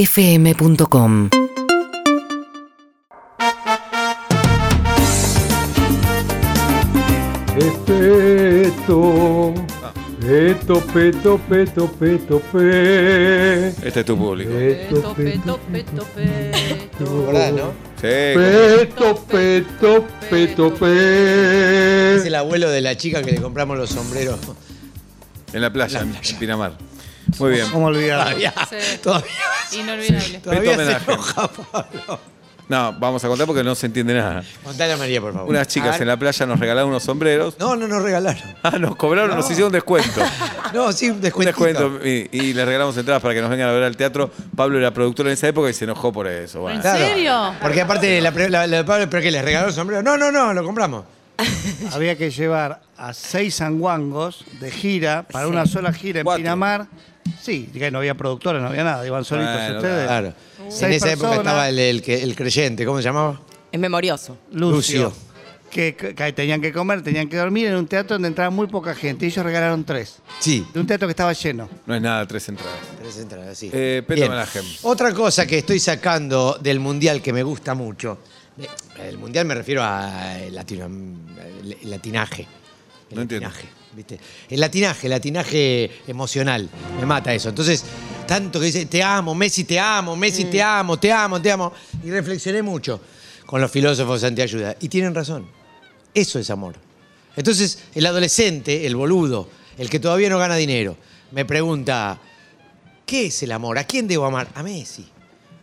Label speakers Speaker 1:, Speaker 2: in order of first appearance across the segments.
Speaker 1: urbanaplayfm.com
Speaker 2: Es peto, peto, Este peto, peto, peto, pe.
Speaker 3: Este es tu público.
Speaker 2: Peto,
Speaker 4: Peto,
Speaker 2: peto,
Speaker 4: peto, peto, peto.
Speaker 5: ¿Verdad, no?
Speaker 3: Sí.
Speaker 2: peto, peto, peto,
Speaker 5: Es
Speaker 2: pe.
Speaker 5: el abuelo de la chica que le compramos los sombreros.
Speaker 3: En la playa, en Pinamar. Muy bien.
Speaker 6: ¿Cómo olvidar?
Speaker 5: Todavía,
Speaker 4: Sí.
Speaker 5: todavía,
Speaker 4: Inolvidable.
Speaker 5: todavía se
Speaker 3: homenaje.
Speaker 5: enoja, Pablo.
Speaker 3: No, vamos a contar porque no se entiende nada.
Speaker 5: Contale a María, por favor.
Speaker 3: Unas
Speaker 5: A
Speaker 3: chicas
Speaker 5: ver.
Speaker 3: en la playa nos regalaron unos sombreros.
Speaker 5: No, no nos regalaron.
Speaker 3: Ah, nos cobraron, nos hicieron un descuento.
Speaker 5: No, sí, un
Speaker 3: Un
Speaker 5: descuento.
Speaker 3: descuento. Y, y les regalamos entradas para que nos vengan a ver al teatro. Pablo era productor en esa época y se enojó por eso. Bueno.
Speaker 4: ¿En serio?
Speaker 5: Porque aparte, la, pre- la- la de Pablo, ¿pero qué? ¿Les regaló el sombrero? No, no, no, lo compramos.
Speaker 6: Había que llevar a seis sanguangos de gira para una sola gira en
Speaker 3: Cuatro.
Speaker 6: Pinamar. Sí, que no había productores, no había nada, iban solitos
Speaker 3: Bueno,
Speaker 6: ustedes.
Speaker 5: Claro.
Speaker 4: Uh.
Speaker 6: Seis
Speaker 5: En esa época
Speaker 6: personas.
Speaker 5: estaba el, el que- el creyente, ¿cómo se llamaba?
Speaker 7: Es memorioso.
Speaker 6: Lucio.
Speaker 5: Lucio.
Speaker 6: Que, que tenían que comer, tenían que dormir en un teatro donde entraba muy poca gente. Y ellos regalaron tres.
Speaker 5: Sí.
Speaker 6: De un teatro que estaba lleno.
Speaker 3: No es nada, tres entradas.
Speaker 5: Tres entradas, sí.
Speaker 3: Eh, Peto
Speaker 5: Bien.
Speaker 3: Malajem.
Speaker 5: Otra cosa que estoy sacando del Mundial que me gusta mucho. eh, El Mundial me refiero a eh, latino- el el latinaje. El
Speaker 3: No entiendo.
Speaker 5: latinaje, ¿viste? El latinaje, el latinaje emocional. Me mata eso. Entonces, tanto que dice, te amo, Messi, te amo, Messi, te amo, te amo, te amo. Y reflexioné mucho con los filósofos antiayuda. Y tienen razón. Eso es amor. Entonces, el adolescente, el boludo, el que todavía no gana dinero, me pregunta, ¿Qué es el amor? ¿A quién debo amar? A Messi,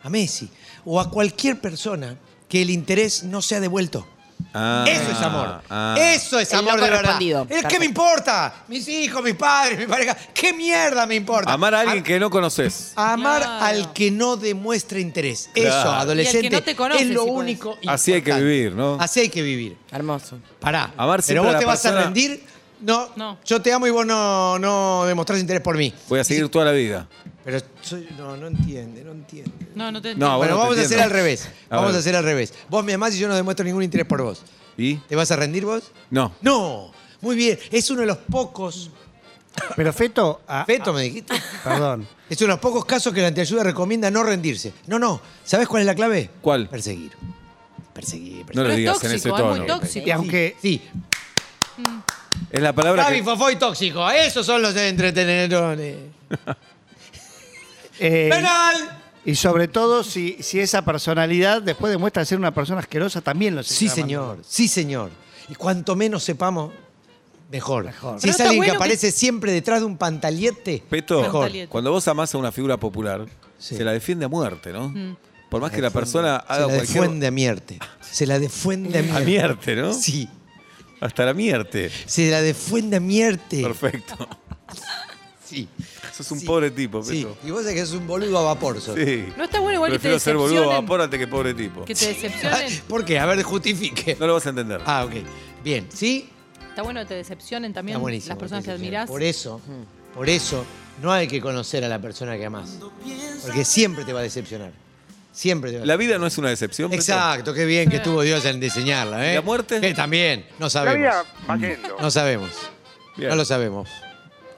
Speaker 5: a Messi o a cualquier persona que el interés no sea devuelto.
Speaker 3: Ah,
Speaker 5: Eso es amor.
Speaker 3: ah.
Speaker 5: Eso es
Speaker 7: El
Speaker 5: amor
Speaker 7: no
Speaker 5: de verdad.
Speaker 7: correspondido.
Speaker 5: ¿El ¿Qué
Speaker 7: Perfecto.
Speaker 5: me importa? Mis hijos, mis padres, mi pareja. ¿Qué mierda me importa?
Speaker 3: Amar a alguien
Speaker 5: Am-
Speaker 3: que no conoces.
Speaker 5: Amar
Speaker 4: Claro.
Speaker 5: al que no demuestre interés.
Speaker 3: Claro.
Speaker 5: Eso,
Speaker 3: Y al que
Speaker 5: adolescente.
Speaker 4: no te conoce,
Speaker 5: es lo
Speaker 4: si puedes.
Speaker 5: único.
Speaker 3: Así hay que
Speaker 5: importante.
Speaker 3: vivir, ¿no?
Speaker 5: Así hay que vivir.
Speaker 7: Hermoso.
Speaker 5: Pará.
Speaker 3: Amar siempre
Speaker 5: Pero vos
Speaker 3: a la
Speaker 5: te vas
Speaker 3: persona-
Speaker 5: a rendir. No,
Speaker 4: No.
Speaker 5: yo te amo y vos no, no demostrás interés por mí.
Speaker 3: Voy a seguir toda la vida.
Speaker 5: Pero soy- no, no entiende, no entiende.
Speaker 4: No, no te
Speaker 3: No,
Speaker 4: entiendo.
Speaker 3: Ah, bueno,
Speaker 5: Bueno,
Speaker 3: te
Speaker 5: vamos a hacer
Speaker 3: entiendo.
Speaker 5: al revés.
Speaker 3: A
Speaker 5: vamos
Speaker 3: ver.
Speaker 5: a hacer al revés. Vos me amás y yo no demuestro ningún interés por vos.
Speaker 3: ¿Y?
Speaker 5: ¿Te vas a rendir vos?
Speaker 3: No.
Speaker 5: No. Muy bien. Es uno de los pocos.
Speaker 6: Pero Feto. a-
Speaker 5: Feto, me dijiste.
Speaker 6: Perdón.
Speaker 5: Es uno de los pocos casos que la antiayuda recomienda no rendirse. No, no. ¿Sabés cuál es la clave?
Speaker 3: ¿Cuál?
Speaker 5: Perseguir. Perseguir.
Speaker 3: No
Speaker 5: perseguir.
Speaker 3: lo
Speaker 4: Pero es
Speaker 3: digas en ese
Speaker 4: tóxico,
Speaker 3: tono.
Speaker 4: es muy tóxico.
Speaker 6: Y aunque
Speaker 5: Sí.
Speaker 3: Es la palabra
Speaker 5: Gaby
Speaker 3: que...
Speaker 5: Fofoy tóxico. Esos son los entretenedores.
Speaker 6: Eh,
Speaker 5: ¡Penal!
Speaker 6: y sobre todo si, si esa personalidad después demuestra ser una persona asquerosa también lo
Speaker 5: Sí, señor. Sí, señor. Y cuanto menos sepamos, mejor. Si
Speaker 4: Pero
Speaker 5: es
Speaker 4: está
Speaker 5: alguien que
Speaker 4: bueno que-
Speaker 5: aparece siempre detrás de un pantaliete,
Speaker 3: Peto,
Speaker 5: mejor.
Speaker 4: Pantalieta.
Speaker 3: cuando vos amás a una figura popular,
Speaker 5: Sí.
Speaker 3: se la defiende a muerte, ¿no?
Speaker 4: Mm.
Speaker 3: Por más que la persona
Speaker 5: Se
Speaker 3: haga
Speaker 5: la
Speaker 3: cualquier...
Speaker 5: defiende a mierte. Se la defiende a
Speaker 3: A
Speaker 5: mierte.
Speaker 3: mierte, ¿no?
Speaker 5: Sí.
Speaker 3: Hasta la mierte.
Speaker 5: Se la defiende a mierte.
Speaker 3: Perfecto.
Speaker 5: Sí.
Speaker 3: Sos un
Speaker 5: Sí.
Speaker 3: pobre tipo,
Speaker 5: sí.
Speaker 3: Peto.
Speaker 5: Y vos sabés que es un boludo a vapor. sos.
Speaker 3: Sí.
Speaker 4: No está bueno igual que te
Speaker 3: Prefiero ser boludo a
Speaker 4: decepcionen.
Speaker 3: vapor antes que pobre tipo.
Speaker 4: Que te decepcionen.
Speaker 5: Ah, ¿Por qué? A ver, justifique.
Speaker 3: No lo vas a entender.
Speaker 5: Ah, ok. Bien. ¿Sí?
Speaker 4: Está bueno que te decepcionen también
Speaker 5: Está buenísimo.
Speaker 4: las personas que
Speaker 5: Entonces,
Speaker 4: admirás.
Speaker 5: Por eso, por eso, no hay que conocer a la persona que amás. Porque siempre te va a decepcionar. Siempre te va a
Speaker 3: La vida no es una decepción. Peto?
Speaker 5: Exacto, qué bien que estuvo Dios en diseñarla, ¿eh?
Speaker 3: ¿La muerte?
Speaker 5: Que también, no sabemos. No sabemos.
Speaker 3: Bien.
Speaker 5: No lo sabemos.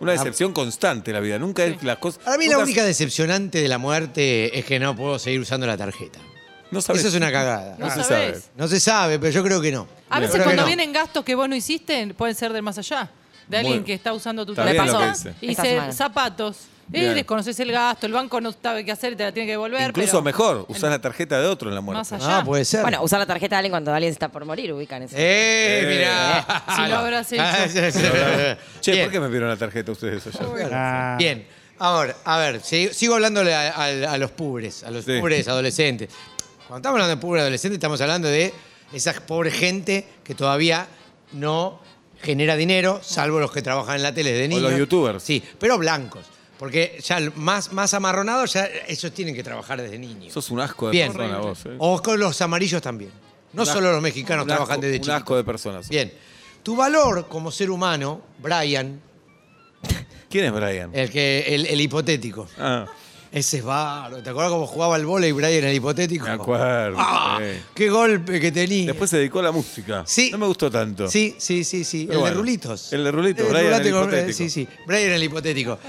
Speaker 3: Una decepción constante la vida. Nunca es las cosas.
Speaker 5: Para mí
Speaker 3: nunca-
Speaker 5: la única decepcionante de la muerte es que no puedo seguir usando la tarjeta.
Speaker 3: No sabes.
Speaker 5: Eso es una cagada.
Speaker 4: No
Speaker 5: No,
Speaker 3: se
Speaker 4: sabés.
Speaker 3: sabe.
Speaker 5: se sabe, pero yo creo que no.
Speaker 4: A
Speaker 5: Yo
Speaker 4: veces
Speaker 5: creo que
Speaker 4: cuando
Speaker 5: no.
Speaker 4: vienen gastos que vos no hiciste, pueden ser del más allá. De
Speaker 3: Muy-
Speaker 4: alguien que está usando tu
Speaker 3: Está
Speaker 7: bien
Speaker 4: tarjeta.
Speaker 7: lo que
Speaker 3: dice.
Speaker 4: y
Speaker 7: Esta
Speaker 4: dice,
Speaker 7: semana.
Speaker 4: zapatos. Eh,
Speaker 3: Bien.
Speaker 4: desconoces el gasto, el banco no sabe qué hacer y te la tiene que devolver.
Speaker 3: Incluso
Speaker 4: pero
Speaker 3: mejor, usás la tarjeta de otro en la muerte.
Speaker 4: Más allá.
Speaker 5: Ah, puede ser.
Speaker 7: Bueno, usar la tarjeta de alguien cuando alguien está por morir, ubican eso.
Speaker 5: ¡Eh, mirá!
Speaker 4: Si lo habrás hecho.
Speaker 5: Ah, sí, sí.
Speaker 3: Che,
Speaker 5: Bien.
Speaker 3: ¿por qué me vieron la tarjeta ustedes eso ya?
Speaker 6: Ah.
Speaker 5: Bien. Ahora, a ver, sig- sigo hablándole a, a- a los pobres, a los
Speaker 3: Sí.
Speaker 5: pobres adolescentes. Cuando estamos hablando de pobres adolescentes, estamos hablando de esa pobre gente que todavía no genera dinero, salvo los que trabajan en la tele de
Speaker 3: O
Speaker 5: niños.
Speaker 3: los youtubers.
Speaker 5: Sí, pero blancos. Porque ya el más, más amarronados, ya ellos tienen que trabajar desde niños.
Speaker 3: Sos un asco de
Speaker 5: Bien.
Speaker 3: persona vos. ¿eh?
Speaker 5: O con los amarillos también. No
Speaker 3: Un
Speaker 5: solo
Speaker 3: asco-
Speaker 5: los mexicanos
Speaker 3: un asco-
Speaker 5: trabajan desde
Speaker 3: Un
Speaker 5: chicos.
Speaker 3: asco de personas.
Speaker 5: Bien. Tu valor como ser humano, Brian,
Speaker 3: ¿Quién es Brian?
Speaker 5: el, que, el, el hipotético.
Speaker 3: Ah,
Speaker 5: Ese es bárbaro. ¿Te acuerdas cómo jugaba el vole y Brian el hipotético?
Speaker 3: me acuerdo.
Speaker 5: ¡Ah!
Speaker 3: sí.
Speaker 5: ¡Qué golpe que tenía!
Speaker 3: Después se dedicó a la música.
Speaker 5: Sí.
Speaker 3: No me gustó tanto.
Speaker 5: Sí, sí, sí, sí.
Speaker 3: Pero
Speaker 5: el
Speaker 3: bueno.
Speaker 5: de Rulitos. eh,
Speaker 3: El de Rulitos,
Speaker 5: de
Speaker 3: Brian el
Speaker 5: Rulate con-
Speaker 3: hipotético.
Speaker 5: Sí, sí. Brian el hipotético.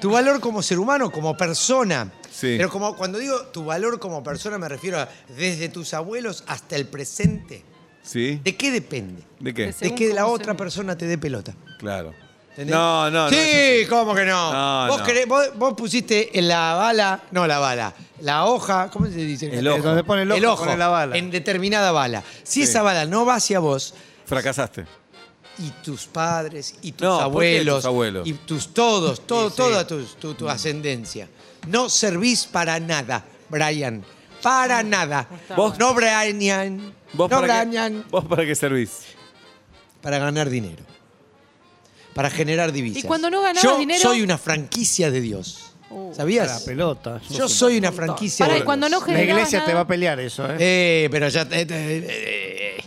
Speaker 5: Tu valor como ser humano, como persona,
Speaker 3: Sí.
Speaker 5: Pero como cuando digo tu valor como persona me refiero a desde tus abuelos hasta el presente.
Speaker 3: ¿Sí?
Speaker 5: ¿De qué depende?
Speaker 3: ¿De qué?
Speaker 4: Según
Speaker 5: de que la
Speaker 4: cómo
Speaker 5: otra
Speaker 4: se-
Speaker 5: persona te dé pelota.
Speaker 3: Claro.
Speaker 5: ¿Entendés?
Speaker 3: No, no, no.
Speaker 5: Sí,
Speaker 3: eso-
Speaker 5: ¿cómo que no?
Speaker 3: No,
Speaker 5: vos,
Speaker 3: no.
Speaker 5: querés- vos, vos pusiste en la bala, no la bala, la hoja, ¿cómo se dice?
Speaker 3: El ojo.
Speaker 6: Donde pone el ojo, pone la bala.
Speaker 5: En determinada bala.
Speaker 3: Sí.
Speaker 5: Si esa bala no va hacia vos,
Speaker 3: Fracasaste.
Speaker 5: y tus padres, y tus
Speaker 3: No, ¿por qué
Speaker 5: abuelos,
Speaker 3: tus abuelos?
Speaker 5: y tus todos, todo,
Speaker 3: sí.
Speaker 5: toda tu, tu- tu ascendencia. No servís para nada, Brian. Para nada.
Speaker 4: está
Speaker 5: Vos,
Speaker 4: bueno.
Speaker 5: no, Brian.
Speaker 3: ¿Vos,
Speaker 5: no,
Speaker 3: para
Speaker 5: Brian.
Speaker 3: qué, ¿Vos para qué servís?
Speaker 5: para ganar dinero, para generar divisas.
Speaker 4: Y cuando no ganabas
Speaker 5: Yo
Speaker 4: dinero-
Speaker 5: soy una franquicia de Dios.
Speaker 4: Uh.
Speaker 6: Para la
Speaker 5: ¿Sabías?
Speaker 6: pelota.
Speaker 5: Yo soy una franquicia
Speaker 4: Pará,
Speaker 5: de
Speaker 4: y
Speaker 5: Dios.
Speaker 4: cuando no
Speaker 6: La
Speaker 4: generabas
Speaker 6: iglesia
Speaker 4: nada-
Speaker 6: te va a pelear eso, ¿eh?
Speaker 5: Eh, pero ya... eh, eh, eh,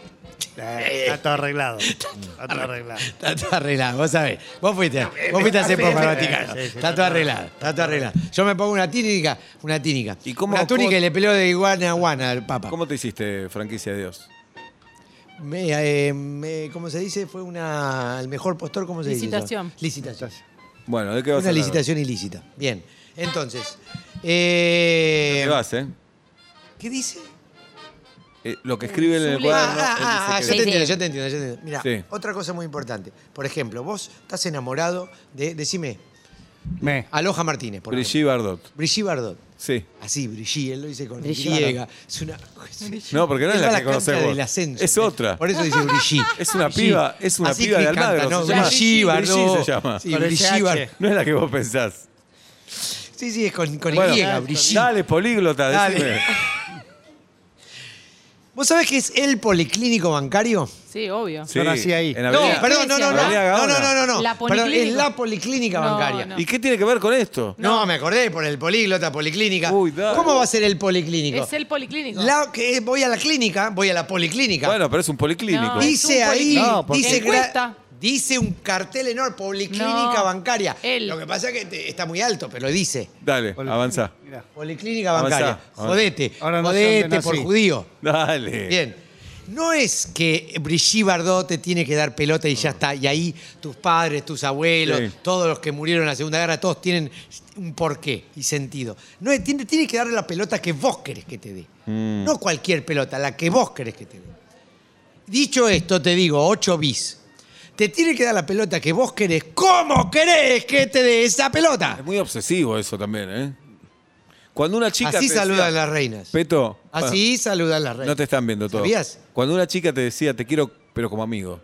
Speaker 6: Eh, Está todo arreglado. Está todo arreglado.
Speaker 5: Está todo arreglado, vos sabés. Vos fuiste, vos fuiste hace
Speaker 6: sí,
Speaker 5: poco al
Speaker 6: sí,
Speaker 5: Vaticano.
Speaker 6: sí, sí,
Speaker 5: Está todo arreglado, está todo arreglado. Yo me pongo una tínica, una tínica.
Speaker 3: ¿Y cómo-
Speaker 5: una túnica
Speaker 3: cómo-
Speaker 5: y le peleo de iguana a guana al Papa.
Speaker 3: ¿Cómo te hiciste franquicia de Dios?
Speaker 5: Me, eh, me- ¿Cómo se dice? Fue una... El mejor postor, ¿cómo se
Speaker 4: Licitación.
Speaker 5: dice? eso? Licitación.
Speaker 3: Bueno, ¿de qué vas
Speaker 5: Una
Speaker 3: a hablar?
Speaker 5: licitación ilícita. Bien. Entonces, eh,
Speaker 3: ¿Qué vas, eh?
Speaker 5: ¿qué dice?
Speaker 3: Eh, lo que escriben en el
Speaker 4: Zuli.
Speaker 3: cuaderno.
Speaker 5: ah, ah, ah,
Speaker 3: él dice
Speaker 5: yo
Speaker 3: que-
Speaker 5: te
Speaker 7: Sí,
Speaker 5: entiendo,
Speaker 7: sí.
Speaker 5: yo te entiendo, yo te entiendo. Mira,
Speaker 3: Sí.
Speaker 5: otra cosa muy importante. Por ejemplo, vos estás enamorado de, decime,
Speaker 6: Me.
Speaker 5: Aloja Martínez, por ejemplo.
Speaker 3: Brigitte Bardot.
Speaker 5: Brigitte Bardot.
Speaker 3: Sí.
Speaker 5: Así, Brigitte, él lo dice con
Speaker 7: Brigitte.
Speaker 5: griega. Es una.
Speaker 3: No, porque no es
Speaker 5: Él
Speaker 3: la
Speaker 5: va a
Speaker 3: que
Speaker 5: cancha
Speaker 3: conocés vos.
Speaker 5: del ascenso.
Speaker 3: Es otra.
Speaker 5: Por eso dice Brigitte.
Speaker 3: Es una
Speaker 5: Brigitte.
Speaker 3: piba- es una
Speaker 5: Así
Speaker 3: piba
Speaker 5: que
Speaker 3: de Almagro,
Speaker 5: canta, ¿no?
Speaker 3: se llama.
Speaker 5: Brigitte Bardot.
Speaker 3: Brigitte se llama.
Speaker 5: Sí,
Speaker 6: Con ese
Speaker 5: Brigitte
Speaker 6: H.
Speaker 5: Bardot.
Speaker 3: No es la que vos pensás.
Speaker 5: Sí, sí, es con, con
Speaker 3: Bueno,
Speaker 5: el griega, Brigitte.
Speaker 3: dale, políglota,
Speaker 5: Dale.
Speaker 3: decime.
Speaker 5: ¿Vos sabés qué es el policlínico bancario?
Speaker 4: Sí, obvio.
Speaker 3: Sí,
Speaker 6: No nací ahí.
Speaker 3: en
Speaker 5: No,
Speaker 3: Avenida-
Speaker 5: perdón, no, no, no.
Speaker 3: Avenida
Speaker 5: No,
Speaker 3: Gaona.
Speaker 5: no, no, no. no.
Speaker 4: La
Speaker 5: Perdón, es
Speaker 4: policlínica.
Speaker 5: la policlínica
Speaker 4: No,
Speaker 5: bancaria.
Speaker 4: no.
Speaker 3: ¿Y qué tiene que ver con esto?
Speaker 5: No, me acordé por el políglota, policlínica.
Speaker 3: Uy, dale.
Speaker 5: ¿Cómo va a ser el policlínico?
Speaker 4: Es el policlínico.
Speaker 5: La- que voy a la clínica, voy a la policlínica.
Speaker 3: Bueno, pero es un policlínico.
Speaker 4: No.
Speaker 3: Y-
Speaker 5: dice
Speaker 4: es un
Speaker 5: ahí,
Speaker 4: policlínico.
Speaker 6: No, porque-
Speaker 5: dice, gra-
Speaker 4: Encuesta.
Speaker 5: dice un cartel enorme, policlínica
Speaker 4: No,
Speaker 5: bancaria.
Speaker 4: él.
Speaker 5: Lo que pasa es que te- está muy alto, pero dice.
Speaker 3: Dale, avanza.
Speaker 6: Mirá.
Speaker 5: Policlínica bancaria.
Speaker 3: Avanzá, avanzá.
Speaker 5: Jodete.
Speaker 6: Ahora no sé dónde
Speaker 5: jodete
Speaker 6: nací.
Speaker 5: por judío.
Speaker 3: Dale.
Speaker 5: Bien. No es que Brigitte Bardot te tiene que dar pelota y ya está. Y ahí tus padres, tus abuelos,
Speaker 3: Sí.
Speaker 5: todos los que murieron en la Segunda Guerra, todos tienen un porqué y sentido. No es- tiene, tiene que darle la pelota que vos querés que te dé.
Speaker 3: Mm.
Speaker 5: No cualquier pelota, la que vos querés que te dé. Dicho esto, te digo, 8 bis. Te tiene que dar la pelota que vos querés. ¿Cómo querés que te dé esa pelota?
Speaker 3: Es muy obsesivo eso también, ¿eh? Cuando una chica.
Speaker 5: Así
Speaker 3: te
Speaker 5: saludan
Speaker 3: decía-
Speaker 5: las reinas.
Speaker 3: Peto.
Speaker 5: Así saludan las reinas.
Speaker 3: No te están viendo todo.
Speaker 5: ¿Sabías?
Speaker 3: Cuando una chica te decía, te quiero, pero como amigo.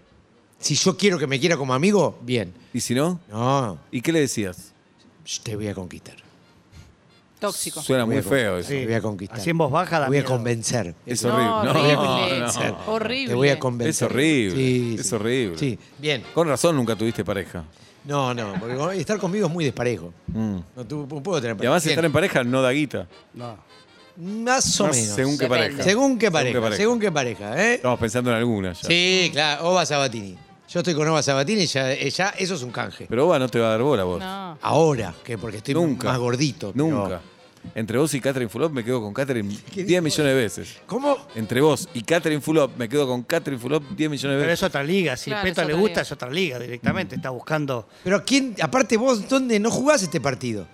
Speaker 5: Si yo quiero que me quiera como amigo, bien.
Speaker 3: ¿Y si no?
Speaker 5: No,
Speaker 3: ¿Y qué le decías?
Speaker 5: yo te voy a conquistar.
Speaker 4: Tóxico.
Speaker 3: Suena muy feo eso.
Speaker 5: Te voy a conquistar.
Speaker 6: Así en voz baja
Speaker 5: Te
Speaker 6: da
Speaker 5: voy a
Speaker 6: miedo.
Speaker 5: convencer.
Speaker 3: Es
Speaker 4: No,
Speaker 3: horrible.
Speaker 4: horrible.
Speaker 3: No, no.
Speaker 4: Horrible.
Speaker 5: Te voy a convencer.
Speaker 3: Es horrible, es horrible.
Speaker 5: Sí, bien.
Speaker 3: Con razón nunca tuviste pareja.
Speaker 5: No, no, porque con- estar conmigo es muy desparejo.
Speaker 3: Mm.
Speaker 5: No tu- puedo tener
Speaker 3: Y además
Speaker 5: bien.
Speaker 3: estar en pareja no da guita.
Speaker 6: No.
Speaker 5: Más o
Speaker 3: Más
Speaker 5: menos.
Speaker 3: Según qué
Speaker 7: Depende.
Speaker 3: pareja.
Speaker 5: Según qué pareja. Según qué pareja, ¿eh?
Speaker 3: Estamos pensando en alguna ya.
Speaker 5: Sí, claro. Ova Sabatini. Yo estoy con Ova Sabatini y ya, eh, ya eso es un canje.
Speaker 3: Pero bueno, no te va a dar bola vos.
Speaker 4: No.
Speaker 5: Ahora, que porque estoy
Speaker 3: Nunca.
Speaker 5: más gordito. pero-
Speaker 3: Nunca. Entre vos y Catherine Fulop me quedo con Catherine 10 millones de veces.
Speaker 5: ¿Cómo?
Speaker 3: Entre vos y Catherine Fulop me quedo con Catherine Fulop 10 millones de
Speaker 6: Pero
Speaker 3: veces.
Speaker 6: es otra liga. Si
Speaker 4: Claro,
Speaker 6: Peto
Speaker 4: es
Speaker 6: le
Speaker 4: otra
Speaker 6: gusta,
Speaker 4: liga.
Speaker 6: es otra liga directamente. Está buscando.
Speaker 5: Pero a quién, aparte vos, ¿dónde no jugás este partido?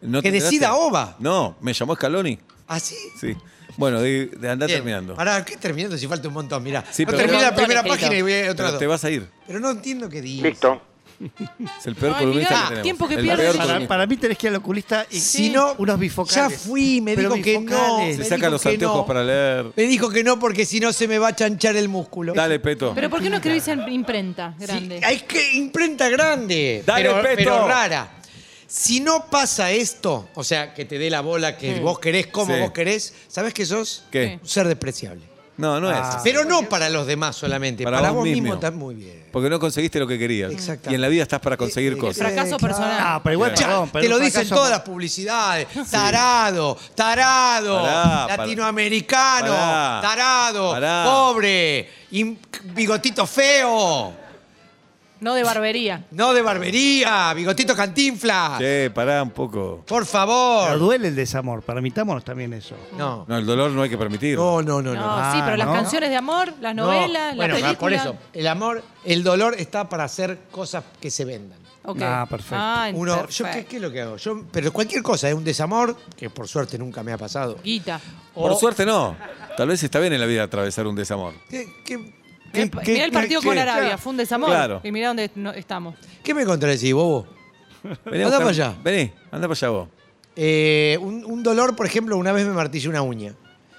Speaker 3: ¿No
Speaker 5: que
Speaker 3: te enteraste?
Speaker 5: decida Ova.
Speaker 3: No, me llamó Scaloni.
Speaker 5: ¿Así?
Speaker 3: Sí. Bueno, de, de- andá
Speaker 5: Bien.
Speaker 3: terminando.
Speaker 5: Pará, ¿qué terminando? Si falta un montón, mirá.
Speaker 3: Sí,
Speaker 5: no
Speaker 3: pero-
Speaker 5: terminé la
Speaker 7: Montón
Speaker 5: primera
Speaker 7: escrito.
Speaker 5: página y voy a otra
Speaker 3: Pero
Speaker 5: dos.
Speaker 3: te vas a ir.
Speaker 5: Pero no entiendo qué dice.
Speaker 1: Listo.
Speaker 3: Es el peor
Speaker 4: Ay,
Speaker 3: columnista
Speaker 4: mirá,
Speaker 3: que tenemos.
Speaker 4: tiempo que
Speaker 3: El
Speaker 4: pierde.
Speaker 3: peor
Speaker 4: Para-
Speaker 6: Para,
Speaker 3: columnista.
Speaker 6: para mí tenés que ir al oculista y
Speaker 5: Si no,
Speaker 6: unos
Speaker 5: ya
Speaker 6: bifocales.
Speaker 5: fui, me
Speaker 6: Pero
Speaker 5: dijo que no.
Speaker 6: bifocales.
Speaker 3: Se
Speaker 5: me
Speaker 3: saca
Speaker 5: dijo
Speaker 3: los
Speaker 5: que
Speaker 3: anteojos
Speaker 5: no.
Speaker 3: para leer.
Speaker 5: Me dijo que no porque si no se me va a chanchar el músculo.
Speaker 3: Dale, Peto.
Speaker 4: Pero ¿por qué no escribís en imprenta grande?
Speaker 5: Sí, hay que imprenta grande,
Speaker 3: Dale,
Speaker 5: pero,
Speaker 3: Peto.
Speaker 5: pero rara. Si no pasa esto, o sea, que te dé la bola que vos querés, como
Speaker 3: Sí.
Speaker 5: vos querés, ¿sabés que sos?
Speaker 3: ¿Qué?
Speaker 5: Un ser despreciable.
Speaker 3: No, no
Speaker 6: Ah.
Speaker 3: es.
Speaker 5: Pero no para los demás solamente,
Speaker 3: Para
Speaker 5: para,
Speaker 3: vos
Speaker 5: vos mismo,
Speaker 3: mismo.
Speaker 5: está muy bien.
Speaker 3: Porque no conseguiste lo que querías.
Speaker 5: Exactamente.
Speaker 3: Y en la vida estás para conseguir
Speaker 5: Eh,
Speaker 3: cosas.
Speaker 4: Fracaso
Speaker 5: Eh, claro.
Speaker 4: personal.
Speaker 6: Ah, pero igual,
Speaker 5: Ya,
Speaker 6: perdón, pero
Speaker 5: te lo
Speaker 6: un
Speaker 5: dicen
Speaker 6: fracaso
Speaker 5: todas
Speaker 6: más.
Speaker 5: las publicidades. Tarado, tarado,
Speaker 3: Pará, pará.
Speaker 5: latinoamericano,
Speaker 3: Pará.
Speaker 5: tarado,
Speaker 3: Pará.
Speaker 5: pobre, im- bigotito feo,
Speaker 4: No de barbería.
Speaker 5: no de barbería, bigotito cantinfla.
Speaker 3: Che, pará un poco.
Speaker 5: Por favor.
Speaker 6: Pero duele el desamor. Permitámonos también eso.
Speaker 5: No,
Speaker 3: No, el dolor no hay que permitir.
Speaker 5: no, no, no.
Speaker 4: No,
Speaker 5: no.
Speaker 4: sí, pero
Speaker 6: Ah,
Speaker 4: las
Speaker 6: ¿no?
Speaker 4: canciones de amor, las
Speaker 5: No.
Speaker 4: novelas,
Speaker 5: Bueno,
Speaker 4: las películas.
Speaker 5: por eso, el amor, el dolor está para hacer cosas que se vendan.
Speaker 4: Ok.
Speaker 6: Ah, perfecto.
Speaker 4: Ah,
Speaker 5: Uno, yo, ¿qué,
Speaker 4: perfecto.
Speaker 5: qué es lo que hago? Yo, pero cualquier cosa, es un desamor, que por suerte nunca me ha pasado.
Speaker 4: Guita.
Speaker 3: Por
Speaker 5: O-
Speaker 3: suerte no. Tal vez está bien en la vida atravesar un desamor.
Speaker 5: ¿Qué, qué- qué-
Speaker 4: Mirá,
Speaker 5: qué-
Speaker 4: mirá el partido
Speaker 5: qué-
Speaker 4: con
Speaker 5: qué-
Speaker 4: Arabia, fue un desamor.
Speaker 3: Claro.
Speaker 4: Y mirá dónde no- estamos.
Speaker 5: ¿Qué me contradecís, bobo?
Speaker 3: Vení, buscame-
Speaker 5: Andá para allá.
Speaker 3: Vení, anda para allá vos.
Speaker 5: Eh, un, un dolor, por ejemplo, una vez me martillé una uña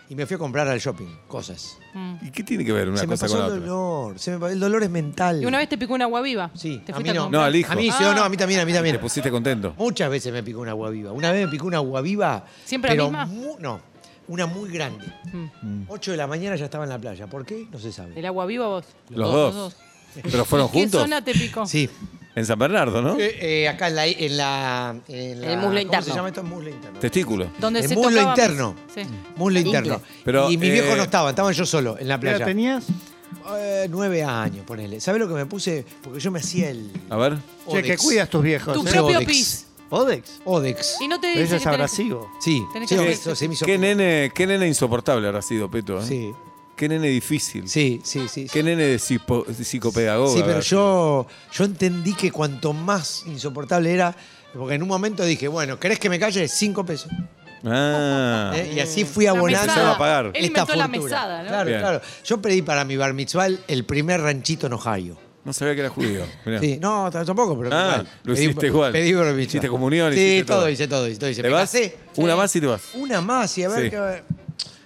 Speaker 5: y me fui a comprar al shopping, cosas.
Speaker 3: ¿Y qué tiene que ver una
Speaker 5: se me
Speaker 3: cosa
Speaker 5: pasó
Speaker 3: con la
Speaker 5: el
Speaker 3: otra?
Speaker 5: dolor, se me pa- el dolor es mental.
Speaker 4: ¿Y una vez te picó una agua viva?
Speaker 5: Sí,
Speaker 4: ¿Te
Speaker 5: a
Speaker 4: fuiste
Speaker 5: mí no.
Speaker 3: No, al hijo. Ah,
Speaker 5: A mí, sí, no, a mí también, a mí
Speaker 3: Te
Speaker 5: también.
Speaker 3: pusiste contento.
Speaker 5: Muchas veces me picó una agua viva. Una vez me picó una agua viva.
Speaker 4: ¿Siempre la
Speaker 5: pero
Speaker 4: misma? Mm.
Speaker 5: mu- no, una muy grande.
Speaker 3: Mm.
Speaker 5: 8 de la mañana ya estaba en la playa. ¿Por qué? No se sabe.
Speaker 4: ¿El agua viva vos?
Speaker 3: Los, dos. ¿Pero fueron
Speaker 4: ¿Qué
Speaker 3: juntos?
Speaker 4: zona te picó?
Speaker 5: Sí.
Speaker 3: En San Bernardo, ¿no?
Speaker 5: Eh, eh, acá en la, en la- en la-
Speaker 7: El muslo
Speaker 5: ¿cómo
Speaker 7: interno.
Speaker 5: se llama esto? Muslo interno.
Speaker 3: Testículo.
Speaker 4: Donde
Speaker 5: el
Speaker 4: se
Speaker 5: muslo
Speaker 4: tocaba-
Speaker 5: interno. Mm.
Speaker 4: Sí.
Speaker 5: Muslo interno.
Speaker 3: Pero,
Speaker 5: y mis viejos
Speaker 3: eh,
Speaker 5: no estaban, estaban yo solo en la
Speaker 6: ¿Qué edad
Speaker 5: playa.
Speaker 6: tenías?
Speaker 5: Eh, nueve años, ponele. ¿Sabes lo que me puse? Porque yo me hacía el.
Speaker 3: A ver.
Speaker 6: Che, que cuidas tus viejos.
Speaker 4: Tu
Speaker 5: Sí.
Speaker 6: ¿eh?
Speaker 4: propio
Speaker 5: Odex.
Speaker 4: pis.
Speaker 6: Odex.
Speaker 5: Odex.
Speaker 4: Y no te
Speaker 6: Pero
Speaker 4: dice que
Speaker 6: ella es
Speaker 4: tenés-
Speaker 6: abrasivo.
Speaker 5: Sí,
Speaker 4: Tenés
Speaker 5: sí,
Speaker 4: que-
Speaker 5: eso se me hizo.
Speaker 3: ¿Qué nene, qué nene insoportable habrá sido, Peto. ¿eh?
Speaker 5: Sí,
Speaker 3: Qué nene difícil.
Speaker 5: sí, sí. sí, sí.
Speaker 3: Qué nene de psipo- psicopedagogo.
Speaker 5: Sí, pero
Speaker 3: habrá sido.
Speaker 5: yo, yo entendí que cuanto más insoportable era, porque en un momento dije, bueno, ¿querés que me calle? Cinco pesos.
Speaker 3: Ah.
Speaker 5: ¿eh? Y así fui
Speaker 4: La
Speaker 5: abonando.
Speaker 3: mesada. a pagar. Él
Speaker 5: esta
Speaker 4: inventó la
Speaker 5: fortuna.
Speaker 4: mesada, ¿no?
Speaker 5: Claro,
Speaker 3: Bien.
Speaker 5: claro. Yo pedí para mi bar mitzvah el primer ranchito en Ohio.
Speaker 3: No sabía que era judío. Mirá.
Speaker 5: Sí, no, t- tampoco, pero
Speaker 3: Ah,
Speaker 5: igual.
Speaker 3: lo
Speaker 5: Pedí-
Speaker 3: hiciste igual.
Speaker 5: Pedí bar mitzvah.
Speaker 3: Hiciste comunión,
Speaker 5: Sí,
Speaker 3: hiciste
Speaker 5: todo,
Speaker 3: todo.
Speaker 5: hice todo, hice todo. Hice.
Speaker 3: ¿Te
Speaker 5: Me
Speaker 3: vas?
Speaker 5: casé.
Speaker 3: Una más y te vas.
Speaker 5: Una más y a ver
Speaker 3: Sí.
Speaker 5: qué va-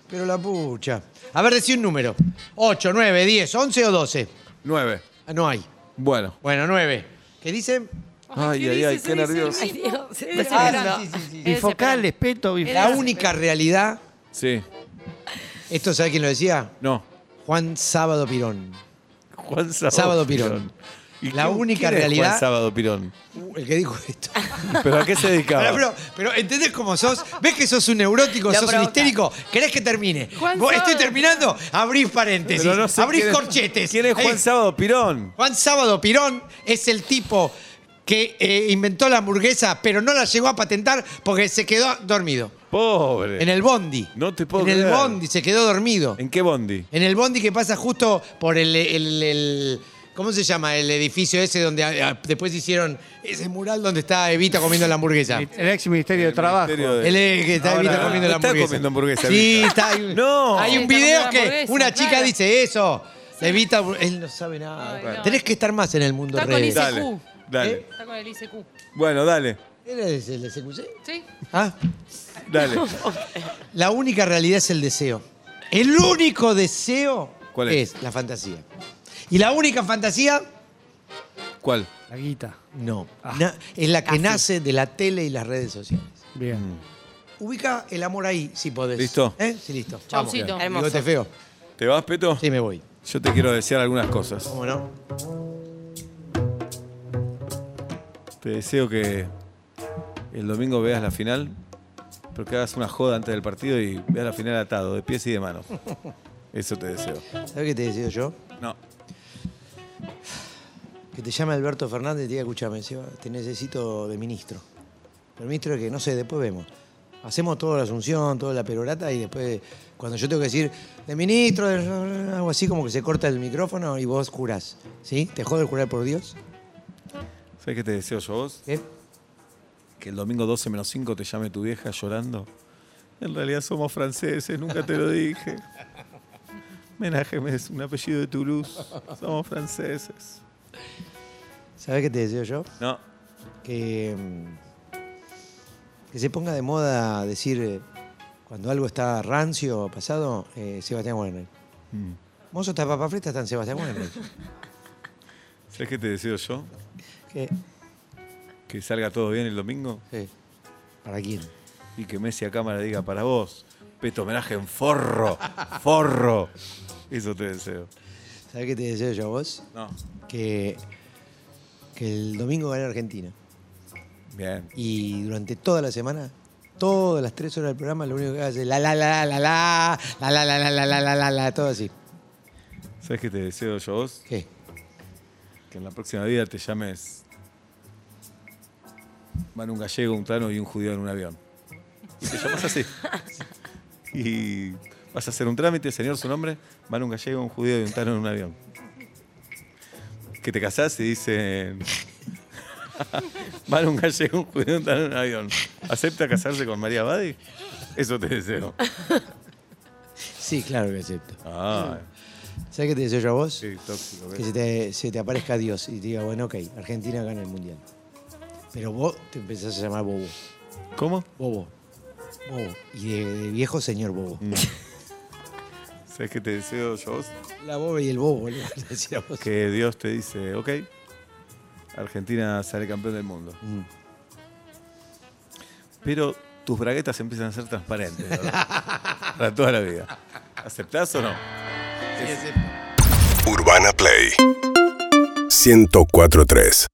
Speaker 5: Pero la pucha. A ver, decí un número. 8, 9, 10, 11 o 12.
Speaker 3: Nueve.
Speaker 5: Ah, No hay.
Speaker 3: Bueno.
Speaker 5: Bueno, 9. ¿Qué dicen?
Speaker 3: Ay, ay, ay, qué nervioso.
Speaker 7: Ay, Dios.
Speaker 5: Ah, sí, sí, sí.
Speaker 6: Bifocales, peto,
Speaker 5: La
Speaker 6: bifocales.
Speaker 5: única realidad,
Speaker 3: Sí.
Speaker 5: esto sabe quién lo decía?
Speaker 3: No.
Speaker 5: Juan Sábado Pirón.
Speaker 3: Juan Sábado,
Speaker 5: Sábado Pirón.
Speaker 3: ¿Y
Speaker 5: La
Speaker 3: quién-
Speaker 5: única
Speaker 3: quién es Juan
Speaker 5: realidad-
Speaker 3: Sábado Pirón.
Speaker 5: Uh, el que dijo esto.
Speaker 3: ¿Pero a qué se dedicaba?
Speaker 5: Pará, pero, pero ¿entendés cómo sos? ¿Ves que sos un neurótico,
Speaker 7: Lo
Speaker 5: sos un
Speaker 7: provoca.
Speaker 5: histérico? ¿Querés que termine?
Speaker 4: Juan
Speaker 5: Vos-
Speaker 4: Sábado
Speaker 5: Estoy terminando, abrís paréntesis,
Speaker 3: Pero no sé
Speaker 5: abrís
Speaker 3: quién es-
Speaker 5: corchetes.
Speaker 3: ¿Quién es Juan
Speaker 5: Eh,
Speaker 3: Sábado Pirón?
Speaker 5: Juan Sábado Pirón es el tipo que eh, inventó la hamburguesa, pero no la llegó a patentar porque se quedó dormido.
Speaker 3: Pobre.
Speaker 5: En el bondi.
Speaker 3: No te puedo
Speaker 5: En el
Speaker 3: creer.
Speaker 5: bondi, se quedó dormido.
Speaker 3: ¿En qué bondi?
Speaker 5: En el bondi que pasa justo por el, el- el- ¿Cómo se llama? El edificio ese donde ah, después hicieron ese mural donde está Evita comiendo la hamburguesa.
Speaker 6: El ex Ministerio de Trabajo.
Speaker 3: Ministerio de-
Speaker 5: Él es que está
Speaker 3: Ahora,
Speaker 5: Evita comiendo la
Speaker 3: está
Speaker 5: hamburguesa.
Speaker 3: comiendo hamburguesa,
Speaker 5: Sí,
Speaker 3: Evita.
Speaker 5: está. Hay un,
Speaker 3: No.
Speaker 5: hay
Speaker 4: Sí,
Speaker 5: un
Speaker 4: está
Speaker 5: video
Speaker 4: comiendo la
Speaker 5: que
Speaker 4: hamburguesa,
Speaker 5: una chica
Speaker 4: claro.
Speaker 5: dice eso. Evita, él no sabe nada.
Speaker 4: Ay, no.
Speaker 5: Tenés que estar más en el mundo
Speaker 4: Está con
Speaker 5: redes.
Speaker 4: Isa.
Speaker 3: Dale.
Speaker 4: ICQ.
Speaker 3: Dale.
Speaker 5: ¿Eh?
Speaker 4: Está con el ICQ.
Speaker 3: Bueno, dale.
Speaker 5: ¿Eres el de CQC?
Speaker 4: ¿Sí?
Speaker 5: Ah,
Speaker 3: Dale.
Speaker 5: la única realidad es el deseo. El único deseo
Speaker 3: ¿Cuál es?
Speaker 5: la fantasía. Y la única fantasía
Speaker 3: ¿Cuál?
Speaker 6: La guita.
Speaker 5: No.
Speaker 3: Ah.
Speaker 5: Na- es la que nace de la tele y las redes sociales.
Speaker 6: Bien.
Speaker 5: Ubica el amor ahí, si podés.
Speaker 3: ¿Listo?
Speaker 5: ¿Eh? Sí, listo. Vamos.
Speaker 4: Chaucito.
Speaker 7: Hermoso.
Speaker 5: Bigote feo.
Speaker 3: ¿Te vas, Peto?
Speaker 5: Sí, me voy.
Speaker 3: Yo te quiero desear algunas cosas.
Speaker 5: ¿Cómo no?
Speaker 3: Te deseo que el domingo veas la final, pero que hagas una joda antes del partido y veas la final atado, de pies y de manos. Eso te deseo.
Speaker 5: ¿Sabes qué te deseo yo?
Speaker 3: No.
Speaker 5: Que te llame Alberto Fernández y te diga, escúchame, Seba, te necesito de ministro. Pero ministro que, no sé, después vemos. Hacemos toda la asunción, toda la perorata y después, cuando yo tengo que decir, de ministro, de- algo así como que se corta el micrófono y vos jurás. ¿Sí? ¿Te jode jurar por Dios? ¿Eh?
Speaker 3: ¿Sabes qué te deseo yo a vos?
Speaker 5: ¿Qué?
Speaker 3: Que el domingo 12 menos 5 te llame tu vieja llorando. En realidad somos franceses, nunca te lo dije. Menaje es un apellido de Toulouse. Somos franceses.
Speaker 5: ¿Sabes qué te deseo yo?
Speaker 3: No.
Speaker 5: que, mm, que se ponga de moda decir eh, cuando algo está rancio o pasado, eh, Sebastián Werner. Mozo está papa frita, está en Sebastián Werner.
Speaker 3: ¿Sabes qué te deseo yo?
Speaker 5: ¿Qué?
Speaker 3: Que salga todo bien el domingo
Speaker 5: Sí. ¿Para quién?
Speaker 3: y que Messi a cámara diga para vos. Peto homenaje en forro. Forro. Eso te deseo.
Speaker 5: ¿Sabes qué te deseo yo a vos?
Speaker 3: No.
Speaker 5: Que, que el domingo gane Argentina.
Speaker 3: Bien.
Speaker 5: Y durante toda la semana, todas las tres horas del programa, lo único que hace es la la la la la la, la la la la la la la la la, todo así.
Speaker 3: ¿Sabes qué te deseo yo a vos?
Speaker 5: ¿Qué?
Speaker 3: Que en la próxima vida te llames. Van un gallego, un tano y un judío en un avión. Y te llamas así. Y vas a hacer un trámite, señor, su nombre. Van un gallego, un judío y un tano en un avión. Que te casás y dicen. Van a un gallego, un judío, entran en un avión. ¿Acepta casarse con María Badi? Eso te deseo.
Speaker 5: Sí, claro que acepto.
Speaker 3: Ah,
Speaker 5: ¿Sabes qué te deseo yo a vos?
Speaker 3: sí, tóxico.
Speaker 5: Que
Speaker 3: ¿ves?
Speaker 5: se te, se te aparezca Dios y te diga, bueno, ok, Argentina gana el mundial. Pero vos te empezás a llamar Bobo.
Speaker 3: ¿Cómo?
Speaker 5: Bobo. Bobo. Y de, de viejo señor Bobo.
Speaker 3: ¿Sabes qué te deseo yo? a vos?
Speaker 5: La boba y el bobo, le vas a decir a vos.
Speaker 3: Que Dios te dice, ok, Argentina sale campeón del mundo.
Speaker 5: Mm.
Speaker 3: Pero tus braguetas empiezan a ser transparentes, ¿verdad? Para toda la vida. ¿Aceptás o no?
Speaker 1: Urbana Play 1043